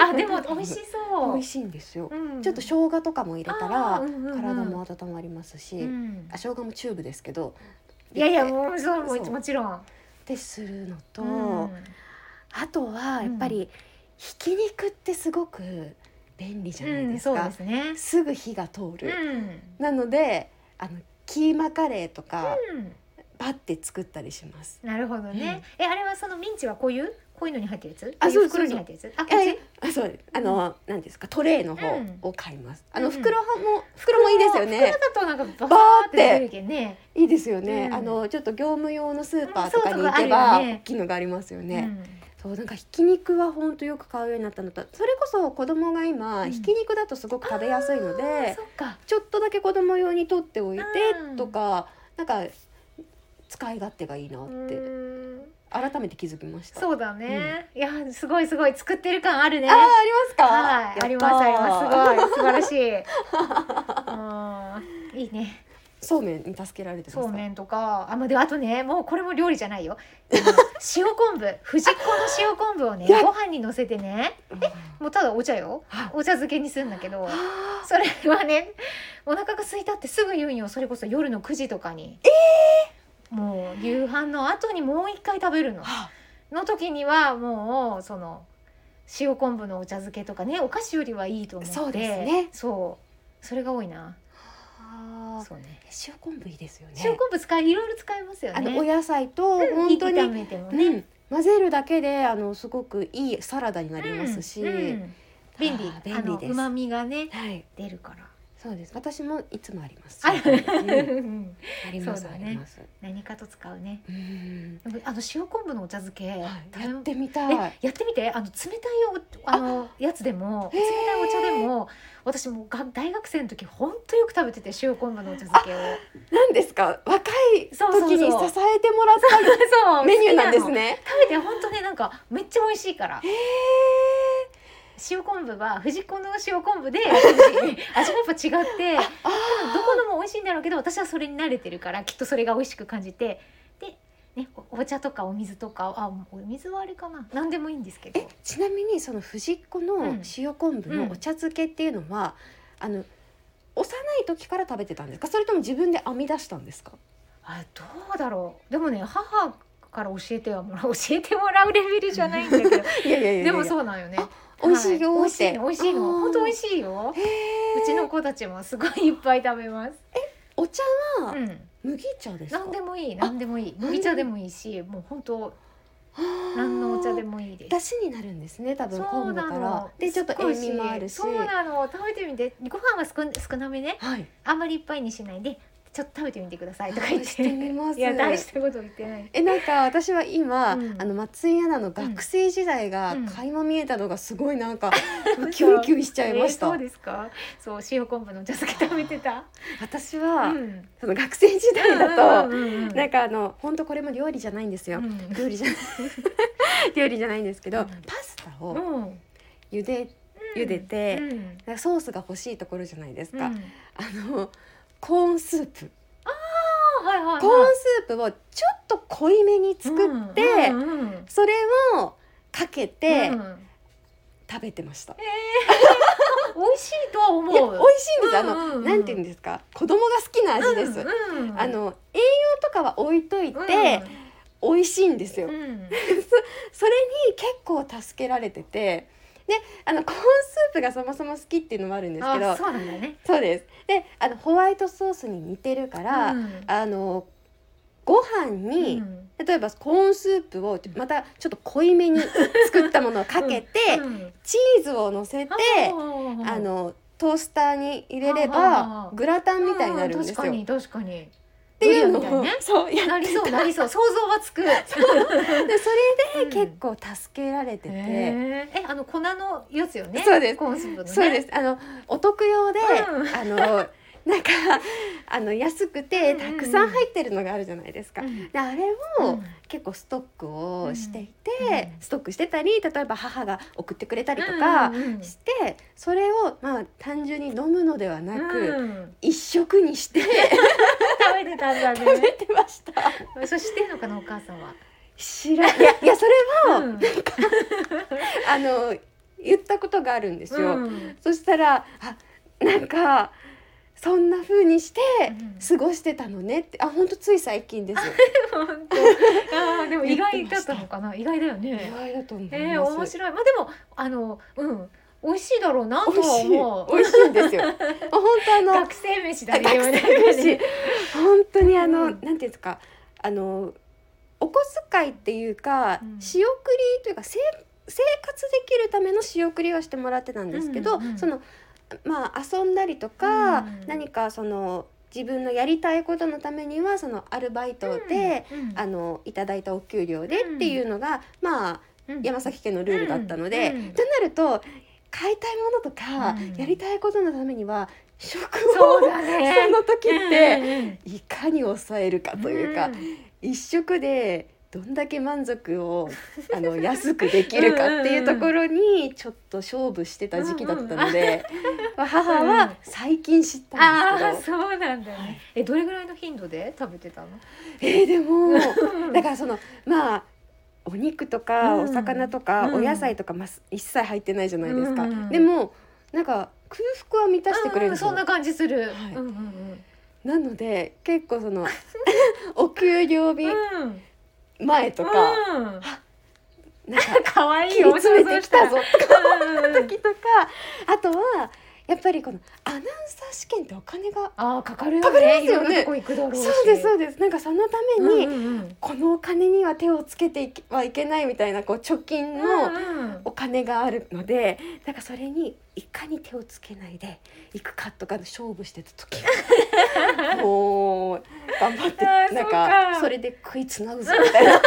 [SPEAKER 3] あでも美味しそう
[SPEAKER 4] 美味しいんですよ、
[SPEAKER 3] うん
[SPEAKER 4] ちょっと生姜とかも入れた
[SPEAKER 3] あー
[SPEAKER 4] ら
[SPEAKER 3] うんうんうん
[SPEAKER 4] 体も温まりますし、
[SPEAKER 3] うん
[SPEAKER 4] あ生姜もチューブですけど
[SPEAKER 3] いやいやもうそうも
[SPEAKER 4] そう
[SPEAKER 3] うもちろん
[SPEAKER 4] ってするのと、
[SPEAKER 3] うん
[SPEAKER 4] あとはやっぱり、ひき肉ってすごく便利じゃないうで
[SPEAKER 3] ん
[SPEAKER 4] す
[SPEAKER 3] そう
[SPEAKER 4] か、
[SPEAKER 3] ですね
[SPEAKER 4] すぐ火が通
[SPEAKER 3] う
[SPEAKER 4] る、
[SPEAKER 3] ん
[SPEAKER 4] なのであのキーマカレーとか、
[SPEAKER 3] うん
[SPEAKER 4] パッて作ったりします
[SPEAKER 3] なるほどねえあれはそのミンチはこういうこういうのに入ってるやつ
[SPEAKER 4] あ
[SPEAKER 3] こうい
[SPEAKER 4] そう
[SPEAKER 3] う袋
[SPEAKER 4] そうそう
[SPEAKER 3] に入ってるやつあこっ
[SPEAKER 4] え
[SPEAKER 3] ち
[SPEAKER 4] あそうですあの、なんですかトレイの方
[SPEAKER 3] うん
[SPEAKER 4] を買います、あ
[SPEAKER 3] う
[SPEAKER 4] の
[SPEAKER 3] んうん
[SPEAKER 4] 袋派も袋もいいですよね
[SPEAKER 3] 袋だとなんかバ
[SPEAKER 4] バー
[SPEAKER 3] ー
[SPEAKER 4] っ
[SPEAKER 3] ってて出るけんね
[SPEAKER 4] いいですよね、
[SPEAKER 3] うん
[SPEAKER 4] あのちょっと業務用のスーパ
[SPEAKER 3] う
[SPEAKER 4] ー
[SPEAKER 3] ん
[SPEAKER 4] とかに行けば、
[SPEAKER 3] そうとかあるよね
[SPEAKER 4] 大きいのがありますよ
[SPEAKER 3] う
[SPEAKER 4] ね、
[SPEAKER 3] ん
[SPEAKER 4] そうなんかひき肉はほんとよく買うようになったのとそれこそ子供が今、
[SPEAKER 3] うん
[SPEAKER 4] ひき肉だとすごく食べやすいの
[SPEAKER 3] あ
[SPEAKER 4] で
[SPEAKER 3] そっか
[SPEAKER 4] ちょっとだけ子供用に取っておいて
[SPEAKER 3] うん
[SPEAKER 4] とか、なんか使い勝手がいいなっ
[SPEAKER 3] う
[SPEAKER 4] て
[SPEAKER 3] ん
[SPEAKER 4] 改めて気づきました。
[SPEAKER 3] そうだね、いやすごいすごい作ってる感あるね
[SPEAKER 4] あーあ
[SPEAKER 3] は
[SPEAKER 4] ります
[SPEAKER 3] い
[SPEAKER 4] か。
[SPEAKER 3] ありますあり
[SPEAKER 4] す。
[SPEAKER 3] ますすごい素 晴らしいうんいいね
[SPEAKER 4] そうめんに助けられてます。
[SPEAKER 3] そうめんとかあまあであとねもうこれも料理じゃない よあの塩昆布藤子の塩昆布をね
[SPEAKER 4] いや
[SPEAKER 3] ご飯にのせてねもうただお茶よ
[SPEAKER 4] はい
[SPEAKER 3] お茶漬けにするんだけど
[SPEAKER 4] あ
[SPEAKER 3] それはねお腹が空いたってすぐ言うんよそれこそ夜の9時とかにもう夕飯の後にもう一回食べるの
[SPEAKER 4] あ
[SPEAKER 3] の時にはもうその塩昆布のお茶漬けとかねお菓子よりはいいと思って
[SPEAKER 4] そうですね
[SPEAKER 3] そうそれが多いな、
[SPEAKER 4] あー
[SPEAKER 3] そうね
[SPEAKER 4] 塩昆布いいですよね。
[SPEAKER 3] 塩昆布使いいろいろ使いますよね
[SPEAKER 4] あのお野菜と
[SPEAKER 3] うん
[SPEAKER 4] 本当に、
[SPEAKER 3] 炒めても
[SPEAKER 4] う
[SPEAKER 3] ね、
[SPEAKER 4] ん混ぜるだけであのすごくいいサラダになりますし、
[SPEAKER 3] うんうん便利
[SPEAKER 4] あー
[SPEAKER 3] あ
[SPEAKER 4] 便利
[SPEAKER 3] の
[SPEAKER 4] です。
[SPEAKER 3] 旨味がね
[SPEAKER 4] はい、
[SPEAKER 3] 出るから
[SPEAKER 4] そうです。私もいつもあります。
[SPEAKER 3] あ
[SPEAKER 4] うん
[SPEAKER 3] うん
[SPEAKER 4] ありま
[SPEAKER 3] そ
[SPEAKER 4] す、
[SPEAKER 3] う
[SPEAKER 4] あ
[SPEAKER 3] だね
[SPEAKER 4] ります。
[SPEAKER 3] 何かと使うね
[SPEAKER 4] うん、
[SPEAKER 3] でもあの塩昆布のお茶漬け、
[SPEAKER 4] はい、
[SPEAKER 3] 食べ
[SPEAKER 4] やってみたい
[SPEAKER 3] え。やってみてあの冷たいおあのやつでも
[SPEAKER 4] へ
[SPEAKER 3] 冷
[SPEAKER 4] ー
[SPEAKER 3] たいお茶でも私もが大学生の時ほんとよく食べてて塩昆布のお茶漬けを
[SPEAKER 4] なんですか、若い
[SPEAKER 3] そうそうそう
[SPEAKER 4] 時に支えてもらった
[SPEAKER 3] そう
[SPEAKER 4] メニューなんです
[SPEAKER 3] 好き
[SPEAKER 4] ね。
[SPEAKER 3] の食べてほんとねなんかめっちゃ美味しいから
[SPEAKER 4] へえ。
[SPEAKER 3] 塩昆布は藤子の塩昆 布で味もやっぱ違ってでも
[SPEAKER 4] あ
[SPEAKER 3] どこのも美味しいんだろうけど私はそれに慣れてるからきっとそれが美味しく感じてで、ね、おお茶とかお水とかあお水はあれかな何でもいいんですけ
[SPEAKER 4] ー。え
[SPEAKER 3] ど、
[SPEAKER 4] ちなみにその藤子
[SPEAKER 3] う
[SPEAKER 4] の
[SPEAKER 3] ん
[SPEAKER 4] 塩昆布のお茶漬けっていうのは、あの幼い時から食べてたんですか、それとも自分で編み出したんですか。
[SPEAKER 3] あどうだろうでもね母から教えてはもらう 教えてもらうレベルじゃ ないんだけど
[SPEAKER 4] いやいやいやいや
[SPEAKER 3] でもそうなんよね
[SPEAKER 4] あ美味しいよ
[SPEAKER 3] は美
[SPEAKER 4] ー
[SPEAKER 3] 味
[SPEAKER 4] っ
[SPEAKER 3] しい
[SPEAKER 4] て。
[SPEAKER 3] の美味しいの本当美味しいよ
[SPEAKER 4] い。へえ。
[SPEAKER 3] うちの子たちもすごいいっぱい食べます
[SPEAKER 4] お茶は
[SPEAKER 3] うん
[SPEAKER 4] 麦茶ですか。
[SPEAKER 3] 何でもいい何でもいい麦茶でもいいしもう本当何
[SPEAKER 4] 何
[SPEAKER 3] のお茶でもいいです
[SPEAKER 4] 出汁になるんですね多分昆布からでちょっと
[SPEAKER 3] すごい
[SPEAKER 4] 塩味もあるし
[SPEAKER 3] そうなの食べてみてご飯は少ん少なめね
[SPEAKER 4] はい
[SPEAKER 3] あんまりいっぱいにしないでちょっと食べてみてくださいとか言っ
[SPEAKER 4] 出
[SPEAKER 3] て
[SPEAKER 4] してみます
[SPEAKER 3] いや大したこと言ってない
[SPEAKER 4] えなんか私は今、
[SPEAKER 3] うん
[SPEAKER 4] あの松井アナの学生時代が
[SPEAKER 3] うん
[SPEAKER 4] 垣間見えたのがすごいな んか、キュンキュンしちゃいまし
[SPEAKER 3] えー
[SPEAKER 4] た、
[SPEAKER 3] そうですか。そう塩昆布の茶漬け食べてた。
[SPEAKER 4] 私は、
[SPEAKER 3] ん。
[SPEAKER 4] その学生時代だと、
[SPEAKER 3] うんうんうん
[SPEAKER 4] なんかあの本当これも料理じゃないんですよ、料理じゃ 料理じゃないんですけど、
[SPEAKER 3] うん
[SPEAKER 4] パスタ
[SPEAKER 3] う
[SPEAKER 4] を
[SPEAKER 3] ん。うん。
[SPEAKER 4] 茹で茹でて
[SPEAKER 3] うん。
[SPEAKER 4] なんかソースが欲しいところじゃないです
[SPEAKER 3] うん
[SPEAKER 4] か、
[SPEAKER 3] あ
[SPEAKER 4] あのコーンスープ
[SPEAKER 3] はいはいはい。
[SPEAKER 4] コーンスープをちょっと濃いめに作って、
[SPEAKER 3] うんうんうん
[SPEAKER 4] それをかけて
[SPEAKER 3] うん
[SPEAKER 4] 食べてました。
[SPEAKER 3] 美味しいとは思
[SPEAKER 4] いや美
[SPEAKER 3] う。
[SPEAKER 4] 味しいんです。あ
[SPEAKER 3] う
[SPEAKER 4] の、
[SPEAKER 3] んうんうん
[SPEAKER 4] なんていうんですか、子供が好きな味です。
[SPEAKER 3] うんうん
[SPEAKER 4] あの栄養とかは置いとい
[SPEAKER 3] うん
[SPEAKER 4] て、美味しいんですよ。
[SPEAKER 3] うん
[SPEAKER 4] それに結構助けられてて、で、あのコーンスープがそもそも好きっていうのもあるんですけど、
[SPEAKER 3] あ
[SPEAKER 4] そ
[SPEAKER 3] そ
[SPEAKER 4] う
[SPEAKER 3] うなんだね。
[SPEAKER 4] です。で、あのホワイトソースに似てるから、
[SPEAKER 3] うん
[SPEAKER 4] あのご飯に、
[SPEAKER 3] うん
[SPEAKER 4] 例えばコーンスープをまたちょっと濃いめに作ったものをかけて、
[SPEAKER 3] うん
[SPEAKER 4] チーズを乗せて、あのトースターに入れれ
[SPEAKER 3] はあは
[SPEAKER 4] ば
[SPEAKER 3] あ
[SPEAKER 4] グラタンみたいになるんですよ。
[SPEAKER 3] う
[SPEAKER 4] っ
[SPEAKER 3] ん確かに確かに。って
[SPEAKER 4] いうの
[SPEAKER 3] みたい
[SPEAKER 4] を、
[SPEAKER 3] ね。
[SPEAKER 4] そうや
[SPEAKER 3] な
[SPEAKER 4] っ
[SPEAKER 3] り
[SPEAKER 4] て
[SPEAKER 3] そうなりそう想像はつく。
[SPEAKER 4] たで それ
[SPEAKER 3] うん
[SPEAKER 4] で結構助けられてて、
[SPEAKER 3] へーえあの粉のやつよね
[SPEAKER 4] そうです
[SPEAKER 3] コーンスープのね
[SPEAKER 4] そうですあのお得用で、
[SPEAKER 3] うん
[SPEAKER 4] あのなんかあの安くて
[SPEAKER 3] うんうん
[SPEAKER 4] た
[SPEAKER 3] うん
[SPEAKER 4] くさん入ってるのがあるじゃないですか。
[SPEAKER 3] うん
[SPEAKER 4] であれ
[SPEAKER 3] う
[SPEAKER 4] を
[SPEAKER 3] ん
[SPEAKER 4] 結構ストックをしていて、
[SPEAKER 3] うんうん
[SPEAKER 4] ストックしてたり例えば母が送ってくれたりとか、
[SPEAKER 3] うんうんうん
[SPEAKER 4] してそれをまあ単純に飲むのではなく、
[SPEAKER 3] うん
[SPEAKER 4] 一食にして
[SPEAKER 3] 食べてたんだ
[SPEAKER 4] 食 べ
[SPEAKER 3] ね
[SPEAKER 4] てました
[SPEAKER 3] そしてんのかなお母さんは
[SPEAKER 4] 知らいやいやそれは、
[SPEAKER 3] うん
[SPEAKER 4] あの言ったことがあるんですよ、
[SPEAKER 3] うん
[SPEAKER 4] そしたらあなんかそんな風にして
[SPEAKER 3] うん
[SPEAKER 4] 過ごしてたのねってあ本当つい最近です
[SPEAKER 3] 本当あーでも意外だったのかな意外だよ
[SPEAKER 4] 意
[SPEAKER 3] ね
[SPEAKER 4] 外だと思います、
[SPEAKER 3] えー、面白いまあでもあのうん美味しいだろうなと
[SPEAKER 4] 美味
[SPEAKER 3] は
[SPEAKER 4] しい
[SPEAKER 3] 思う
[SPEAKER 4] 美味しい んですよあ本当あの
[SPEAKER 3] 学生飯だね
[SPEAKER 4] 学生だし本当にあの、
[SPEAKER 3] うん
[SPEAKER 4] なんていうんですかあのお小遣いっていうか、
[SPEAKER 3] うん
[SPEAKER 4] 仕送りというかせい生活できるための仕送りはしてもらってたんですけど、
[SPEAKER 3] うんうん
[SPEAKER 4] そのまあ遊んだりとか、
[SPEAKER 3] うん
[SPEAKER 4] 何かその自分のやりたいことのためにはそのアルバイトで、
[SPEAKER 3] うん
[SPEAKER 4] あのいただいたお給料でっていうのが、まあ
[SPEAKER 3] うん
[SPEAKER 4] 山崎家のルールだったので、
[SPEAKER 3] うんうん
[SPEAKER 4] となると買いたいものとか、
[SPEAKER 3] うん
[SPEAKER 4] やりたいことのためには食
[SPEAKER 3] そう
[SPEAKER 4] を
[SPEAKER 3] だね
[SPEAKER 4] その時って。いかに抑えるか
[SPEAKER 3] うん
[SPEAKER 4] というか、
[SPEAKER 3] ん
[SPEAKER 4] 一食でどんだけ満 足をあの安くできるかっていうところにちょっと勝負してた時期だったので、まあ母は最近知ったん
[SPEAKER 3] あ
[SPEAKER 4] で
[SPEAKER 3] ー
[SPEAKER 4] す
[SPEAKER 3] そうなんだねえどれぐらいの頻度で食べてたの
[SPEAKER 4] けどえーでも
[SPEAKER 3] うん
[SPEAKER 4] だからそのまあお肉とか
[SPEAKER 3] うん
[SPEAKER 4] お魚とか
[SPEAKER 3] うん
[SPEAKER 4] お野菜とか、まあ、一切入ってないじゃないですか。
[SPEAKER 3] うん
[SPEAKER 4] でもなんか空腹は満たしてくれ
[SPEAKER 3] うんう
[SPEAKER 4] る
[SPEAKER 3] んそんな感じする、
[SPEAKER 4] はい
[SPEAKER 3] うんうん
[SPEAKER 4] なので結構その お給料日
[SPEAKER 3] うんうん
[SPEAKER 4] 前とか、
[SPEAKER 3] うん
[SPEAKER 4] なんか
[SPEAKER 3] 可愛い
[SPEAKER 4] 切り詰めてきたぞ
[SPEAKER 3] お想像したらうんうんうん
[SPEAKER 4] 時とかあとはやっぱりこのアナウンサー試験ってお金が
[SPEAKER 3] ああかかるよね
[SPEAKER 4] かかりますよね
[SPEAKER 3] いろんなとこ行くだろうし
[SPEAKER 4] そうですそうですなんかそのために、
[SPEAKER 3] うんうんうん
[SPEAKER 4] このお金には手をつけていけはいけないみたいなこう貯金
[SPEAKER 3] うん
[SPEAKER 4] の
[SPEAKER 3] うん
[SPEAKER 4] お金があるのでだからそれにいかに手をつけないでいくかとかの勝負してた 時もう頑張って
[SPEAKER 3] あー
[SPEAKER 4] なん
[SPEAKER 3] そう
[SPEAKER 4] か
[SPEAKER 3] か
[SPEAKER 4] それで食いつなぐぞみたいな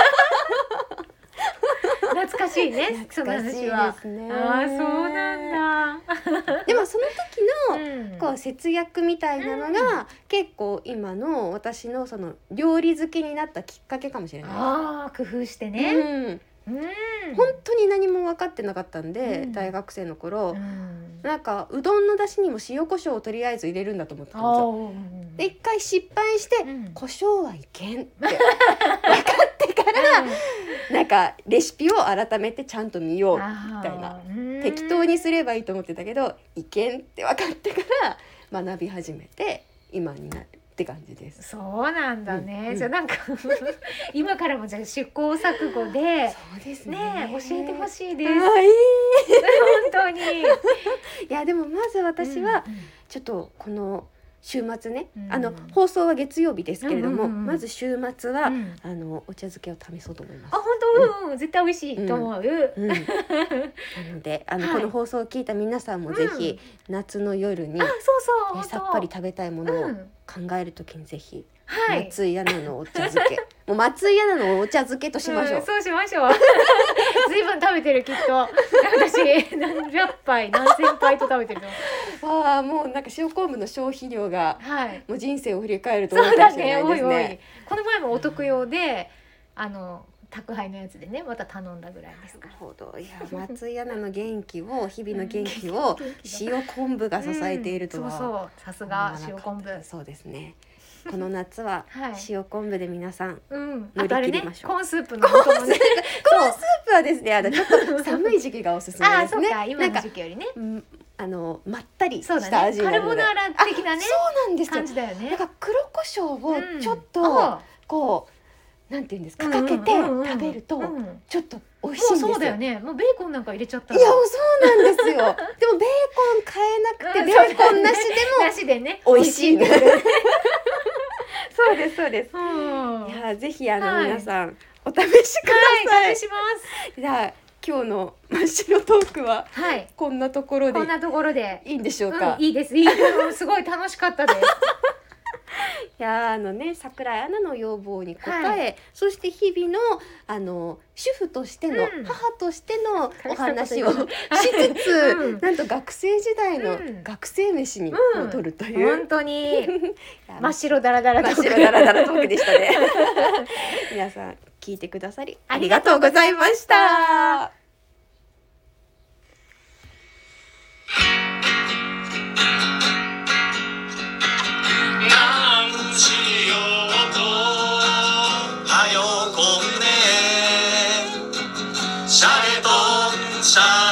[SPEAKER 3] 懐かしいねその
[SPEAKER 4] 懐かし
[SPEAKER 3] 話
[SPEAKER 4] いで
[SPEAKER 3] は
[SPEAKER 4] すね。
[SPEAKER 3] ああそうなんだ
[SPEAKER 4] でもその時
[SPEAKER 3] う
[SPEAKER 4] の、
[SPEAKER 3] ん
[SPEAKER 4] こう節約みたいなのが、結構今の私のその料理好きになったきっかけかもしれな
[SPEAKER 3] ああ工夫して
[SPEAKER 4] い。
[SPEAKER 3] ね
[SPEAKER 4] うん
[SPEAKER 3] うん
[SPEAKER 4] 本当に何も分かってなかったんで、
[SPEAKER 3] うん
[SPEAKER 4] 大学生の頃、
[SPEAKER 3] うん
[SPEAKER 4] なんかうどんの出汁にも塩コショウをとりあえず入れるんだと思ってたんです
[SPEAKER 3] あ
[SPEAKER 4] よ。
[SPEAKER 3] ー
[SPEAKER 4] で一回失敗して、
[SPEAKER 3] うん
[SPEAKER 4] 胡椒はいけんって分かってから、なんかレシピを改めてちゃんと見ようみたいな
[SPEAKER 3] あーうん
[SPEAKER 4] 適当にすればいいと思ってたけどいけんって分かってから学び始めて今になるって感じです。
[SPEAKER 3] そうなんだね、
[SPEAKER 4] うんうん
[SPEAKER 3] じゃあなんか 今からもじゃあ試行錯誤で
[SPEAKER 4] そうです
[SPEAKER 3] ねえ教えてほ
[SPEAKER 4] い
[SPEAKER 3] しい
[SPEAKER 4] で。
[SPEAKER 3] ですす
[SPEAKER 4] は
[SPEAKER 3] 本
[SPEAKER 4] い。い
[SPEAKER 3] 当に
[SPEAKER 4] やでもまず私は
[SPEAKER 3] うん
[SPEAKER 4] ちょっとこの週末ね、
[SPEAKER 3] うん
[SPEAKER 4] あの放送は月曜日ですけれども、
[SPEAKER 3] うんうんうんうん
[SPEAKER 4] まず週末は、
[SPEAKER 3] うん
[SPEAKER 4] あのお茶漬けを試そうと思いま
[SPEAKER 3] あ
[SPEAKER 4] す。
[SPEAKER 3] 本当、うんうん、絶対美味しいと思う、
[SPEAKER 4] うん、なのであの、
[SPEAKER 3] はい
[SPEAKER 4] この放送を聞いた皆さんもぜひ、夏の夜に、ね
[SPEAKER 3] あそうそう、本当
[SPEAKER 4] さっぱり食べたいものを
[SPEAKER 3] うん
[SPEAKER 4] 考えるときにぜひ、
[SPEAKER 3] はい
[SPEAKER 4] 松井アナのお茶 漬けもう松井アナのお茶漬けとしましょう、
[SPEAKER 3] んそうしましょう ずいぶん食べてるきっと私何百杯何千杯と食べてるの
[SPEAKER 4] わあもうなんか塩昆布の消費量が
[SPEAKER 3] はい
[SPEAKER 4] もう人生を振り返ると
[SPEAKER 3] そ
[SPEAKER 4] 思う
[SPEAKER 3] う
[SPEAKER 4] かも
[SPEAKER 3] だ
[SPEAKER 4] しれ
[SPEAKER 3] ね
[SPEAKER 4] ない
[SPEAKER 3] お
[SPEAKER 4] で
[SPEAKER 3] い
[SPEAKER 4] す
[SPEAKER 3] お
[SPEAKER 4] ね
[SPEAKER 3] いこの前もお得用であの宅配のやつでねまた頼んだぐらいです
[SPEAKER 4] な
[SPEAKER 3] か
[SPEAKER 4] るほどいや松井アナの元気を日々の元気を
[SPEAKER 3] うん元気
[SPEAKER 4] 塩昆布が
[SPEAKER 3] ら
[SPEAKER 4] 支えているとは、
[SPEAKER 3] うんそうそうさすが塩昆布
[SPEAKER 4] そうです ねこの夏は
[SPEAKER 3] はい
[SPEAKER 4] 塩昆布で皆さん、
[SPEAKER 3] うん
[SPEAKER 4] 乗
[SPEAKER 3] あ
[SPEAKER 4] り
[SPEAKER 3] とあれ
[SPEAKER 4] 切
[SPEAKER 3] ね
[SPEAKER 4] りましょう
[SPEAKER 3] コーンスープの素もね
[SPEAKER 4] コーンスープはですねあのちょっ と寒い時期がおすすめ
[SPEAKER 3] ああ
[SPEAKER 4] です
[SPEAKER 3] そう
[SPEAKER 4] ね
[SPEAKER 3] か今
[SPEAKER 4] な
[SPEAKER 3] の
[SPEAKER 4] んか
[SPEAKER 3] 時期よりね
[SPEAKER 4] うんあのまったりし
[SPEAKER 3] そうだ
[SPEAKER 4] た味
[SPEAKER 3] ね
[SPEAKER 4] に
[SPEAKER 3] カ
[SPEAKER 4] な
[SPEAKER 3] ルボ
[SPEAKER 4] るので
[SPEAKER 3] ナーラ的なね
[SPEAKER 4] そうなんですよ
[SPEAKER 3] 感じだよ
[SPEAKER 4] なん
[SPEAKER 3] ね
[SPEAKER 4] か黒胡椒をちょっ
[SPEAKER 3] うん
[SPEAKER 4] と
[SPEAKER 3] あ
[SPEAKER 4] こう、なんていうんですか
[SPEAKER 3] うん
[SPEAKER 4] かけて
[SPEAKER 3] うんうん
[SPEAKER 4] 食べる
[SPEAKER 3] うん
[SPEAKER 4] と
[SPEAKER 3] も
[SPEAKER 4] ちょっと美味しいん
[SPEAKER 3] う
[SPEAKER 4] ですよ。
[SPEAKER 3] そうだよねもうベーコンなんか入れちゃった
[SPEAKER 4] い
[SPEAKER 3] ら
[SPEAKER 4] やそうなんです よ。でもベーコン買えなくて
[SPEAKER 3] うん
[SPEAKER 4] ベーコンなし
[SPEAKER 3] なしでね
[SPEAKER 4] でも美味しいん
[SPEAKER 3] 美
[SPEAKER 4] で
[SPEAKER 3] 味
[SPEAKER 4] す
[SPEAKER 3] しいんだよね。
[SPEAKER 4] そうですそうです。
[SPEAKER 3] うん
[SPEAKER 4] いやぜひあの、
[SPEAKER 3] はい
[SPEAKER 4] 皆さんお試しくださ
[SPEAKER 3] はい、
[SPEAKER 4] い。
[SPEAKER 3] 試します。
[SPEAKER 4] じゃあ今日の真っ白トークは
[SPEAKER 3] はい、
[SPEAKER 4] こんなところで
[SPEAKER 3] こんなところで。
[SPEAKER 4] いいんでしょうか。
[SPEAKER 3] うん、い
[SPEAKER 4] い
[SPEAKER 3] いです。いいですうんすごい楽しかったです。
[SPEAKER 4] やあのね桜井アナの要望に応え、
[SPEAKER 3] は
[SPEAKER 4] そして日々のあの主婦としての、
[SPEAKER 3] うん
[SPEAKER 4] 母としてのお話を
[SPEAKER 3] 大 したこと
[SPEAKER 4] しつつ、
[SPEAKER 3] うん
[SPEAKER 4] なんと学生時代の
[SPEAKER 3] うん
[SPEAKER 4] 学生飯に
[SPEAKER 3] うん
[SPEAKER 4] 戻るという、
[SPEAKER 3] 本当に
[SPEAKER 4] いや
[SPEAKER 3] 真っ白だらだら
[SPEAKER 4] 真っ白だらだらトークでしたね 皆さん聞いてくださりありがとうございました
[SPEAKER 1] なんしようとはよこんねシャレとんシャ